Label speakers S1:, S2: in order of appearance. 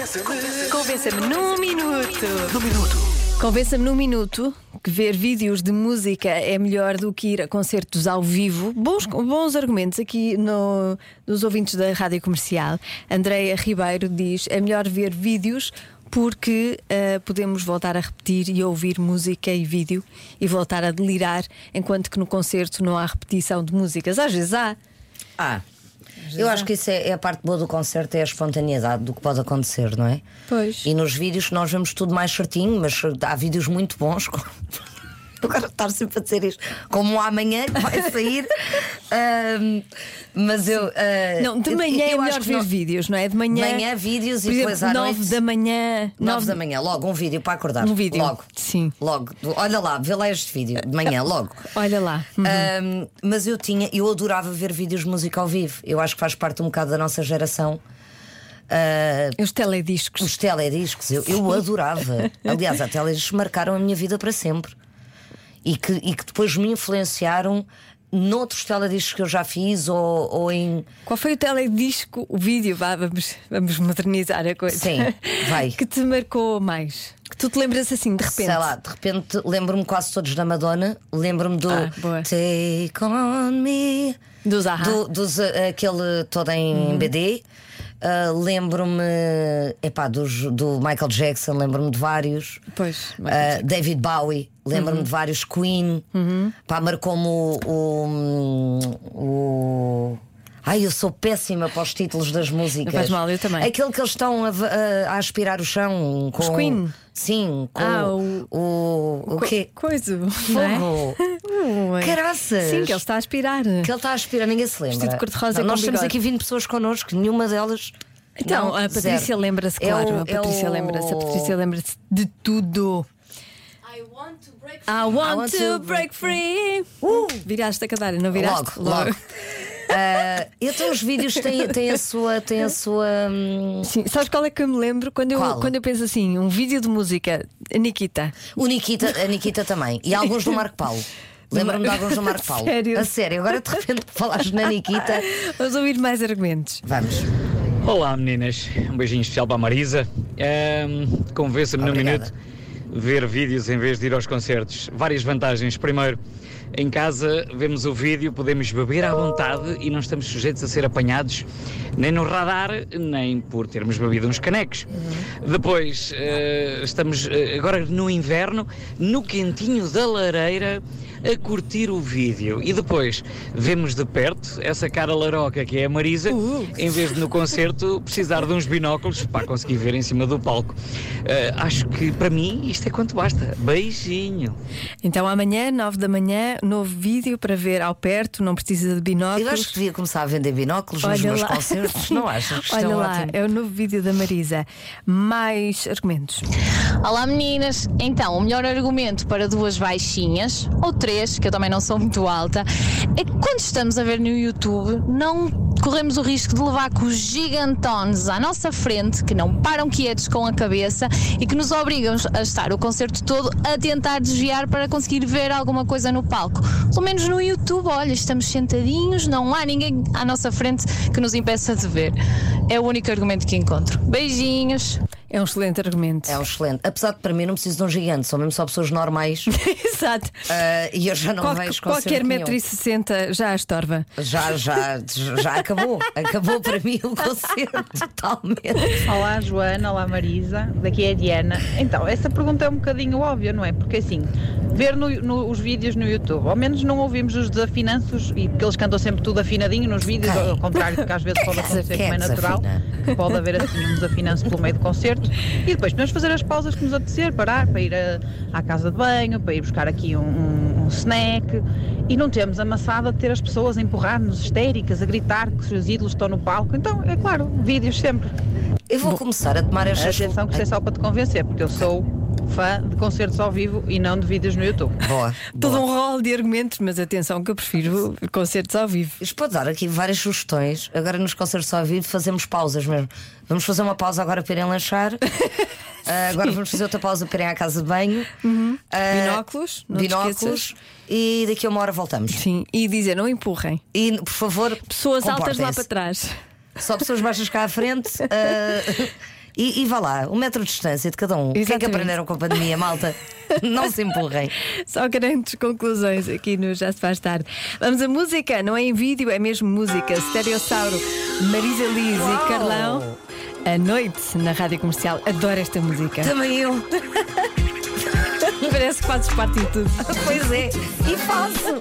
S1: Convença-me.
S2: Convença-me num minuto.
S1: No minuto.
S2: Convença-me num minuto que ver vídeos de música é melhor do que ir a concertos ao vivo. Bons, bons argumentos aqui no, nos ouvintes da rádio comercial. Andreia Ribeiro diz: é melhor ver vídeos porque ah, podemos voltar a repetir e ouvir música e vídeo e voltar a delirar, enquanto que no concerto não há repetição de músicas. Às vezes há.
S3: Ah, eu acho que isso é, é a parte boa do concerto, é a espontaneidade do que pode acontecer, não é?
S2: Pois.
S3: E nos vídeos nós vemos tudo mais certinho, mas há vídeos muito bons. com- Eu quero estar sempre a dizer isto, como o amanhã que vai sair. Ahm, mas eu. ah,
S2: Não, de
S3: eu-
S2: manhã
S3: eu
S2: é melhor
S3: acho que
S2: ver
S3: não-
S2: vídeos, não é? De manhã.
S3: Manhã, vídeos e
S2: por exemplo,
S3: depois à
S2: 9
S3: noite.
S2: da manhã.
S3: 9 da manhã, logo um vídeo para acordar.
S2: Um vídeo.
S3: Logo.
S2: Sim.
S3: Logo. Olha lá, vê lá este vídeo de manhã, logo.
S2: Olha lá.
S3: Ahm, mas eu tinha, eu adorava ver vídeos de música ao vivo. Eu acho que faz parte um bocado da nossa geração. Ah,
S2: Os telediscos.
S3: os telediscos, eu, eu adorava. Aliás, há telediscos que marcaram a minha vida para sempre e que, e que depois me influenciaram noutros telediscos que eu já fiz ou, ou em.
S2: Qual foi o teledisco, o vídeo? Vá, vamos, vamos modernizar a coisa.
S3: Sim, vai.
S2: que te marcou mais? Que tu te lembras assim, de repente?
S3: Sei lá, de repente lembro-me quase todos da Madonna, lembro-me do
S2: Ah, boa.
S3: Take On Me,
S2: Dos Ahá.
S3: do, dos, ah, aquele todo em
S2: Hum.
S3: BD. Ah, lembro-me epá, dos, do Michael Jackson, lembro-me de vários.
S2: Pois,
S3: Ah, David Bowie,
S2: Uhum.
S3: lembro-me de vários. Queen, pá, marcou-me o, o, o- Ai, eu sou péssima para os títulos das músicas.
S2: faz mal, eu também.
S3: Aquele que eles estão a, va- a- a aspirar o chão com.
S2: Os Queen?
S3: Sim, com
S2: Ah,
S3: o, o. O
S2: Co-
S3: quê?
S2: Coisa. não é?
S3: Fogo!
S2: Ui.
S3: Caraças!
S2: Sim, que ele está a aspirar.
S3: Que ele está a aspirar, ninguém se lembra.
S2: Vestido de cor-de-rosa é
S3: Não, Nós
S2: com
S3: temos
S2: bigode.
S3: aqui 20 pessoas connosco, nenhuma delas.
S2: Então,
S3: Não,
S2: a Patrícia
S3: zero.
S2: lembra-se,
S3: É o-
S2: claro. a
S3: é
S2: Patrícia
S3: o-
S2: lembra-se. A Patrícia lembra-se de tudo.
S4: I want to break
S2: I want,
S3: want
S2: to,
S3: to Uh!
S2: break free. Viraste a cadeira, não viraste?
S3: Logo, logo. Ah, então os vídeos têm, têm a sua. Têm a sua hum,
S2: Sim, sabes qual é que eu me lembro? Quando eu,
S3: Qual?
S2: quando eu penso assim, um vídeo de música, Nikita.
S3: o Nikita, a Nikita também. E alguns do Marco Paulo. Lembro-me de alguns do Marco Paulo.
S2: Sério?
S3: A sério, agora de repente falaste na Nikita.
S2: Vamos ouvir mais argumentos.
S3: Vamos.
S5: Olá meninas, um beijinho especial para a Marisa. Ahm, Convença-me num
S3: Obrigada.
S5: minuto ver vídeos em vez de ir aos concertos. Várias vantagens. Primeiro, em casa vemos o vídeo, podemos beber à vontade e não estamos sujeitos a ser apanhados nem no radar, nem por termos bebido uns canecos. Depois, eh, estamos eh, agora no inverno, no quentinho da lareira, a curtir o vídeo. E depois, vemos de perto essa cara laroca que é a Marisa, em vez de no concerto precisar de uns binóculos para conseguir ver em cima do palco. Eh, acho que para mim isto é quanto basta. Beijinho.
S2: Então amanhã, 9 da manhã, novo vídeo para ver ao perto, não precisa de
S3: Eu acho
S2: binóculos.
S3: que devia começar a vender binóculos nos meus concertos, não achas? Que
S2: Olha
S3: estão
S2: lá,
S3: ótimos?
S2: é o novo vídeo da Marisa. Mais argumentos.
S6: Olá meninas, então o melhor argumento para duas baixinhas, ou três, que eu também não sou muito alta, é que quando estamos a ver no YouTube não corremos o risco de levar com os gigantones à nossa frente, que não param quietos com a cabeça e que nos obrigam a estar o concerto todo a tentar desviar para conseguir ver alguma coisa no palco. Pelo menos no YouTube, olha, estamos sentadinhos, não há ninguém à nossa frente que nos impeça de ver. É o único argumento que encontro. Beijinhos!
S2: É um excelente argumento.
S3: É um excelente. Apesar de para mim não preciso de um gigante, são mesmo só pessoas normais
S2: Exato.
S3: ah, e eu já não
S2: Qualque-
S3: vejo concerto
S2: qualquer
S3: nenhum.
S2: metro e sessenta já é estorva.
S3: Já, já, já acabou. acabou para mim o concerto totalmente.
S7: Olá Joana, olá Marisa, daqui é a Diana. Então, essa pergunta é um bocadinho óbvia, não é? Porque assim, ver no- no- os vídeos no YouTube, ao menos não ouvimos os desafinanços, e porque eles cantam sempre tudo afinadinho nos vídeos,
S3: Quem?
S7: ao contrário do que às vezes pode acontecer,
S3: quem
S7: como é natural,
S3: desafina?
S7: que pode haver assim um desafinanço pelo meio do concerto. E depois podemos fazer as pausas que nos apetecer, parar para ir a- à casa de banho, para ir buscar aqui um, um- um snack. E não temos a maçada de ter as pessoas a empurrar-nos histéricas, a gritar que os seus ídolos estão no palco. Então, é claro, vídeos sempre.
S3: Eu vou começar a tomar estas.
S7: Atenção que isto é só para te convencer, porque eu sou fã de concertos ao vivo e não de vídeos no YouTube.
S3: Ah, Boa.
S2: Todo
S3: boa.
S2: um rol de argumentos, mas atenção que eu prefiro concertos ao vivo.
S3: Isto pode dar aqui várias sugestões. Agora nos concertos ao vivo fazemos pausas mesmo. Vamos fazer uma pausa agora para irem lanchar. Ah, agora vamos fazer outra pausa para irem à casa de banho. Ah,
S2: Uhum. Binóculos, não te esqueças.
S3: binóculos. E daqui a uma hora voltamos.
S2: Sim, e dizer, não empurrem.
S3: E, por favor,
S2: Pessoas altas lá para
S3: comportem-se.
S2: trás.
S3: Só pessoas baixas cá à frente. ah, E, e vá lá, um metro de distância de cada um. O que é que
S2: Exatamente.
S3: aprenderam com a pandemia, malta? Não se empurrem.
S2: Só grandes conclusões aqui no Já Se Faz Tarde. Vamos a música, não é em vídeo, é mesmo música. Stereossauro, Marisa Liz e Carlão. A noite na rádio comercial. Adoro esta música.
S3: Também eu.
S2: Parece que fazes parte de tudo.
S3: Pois é. E faço.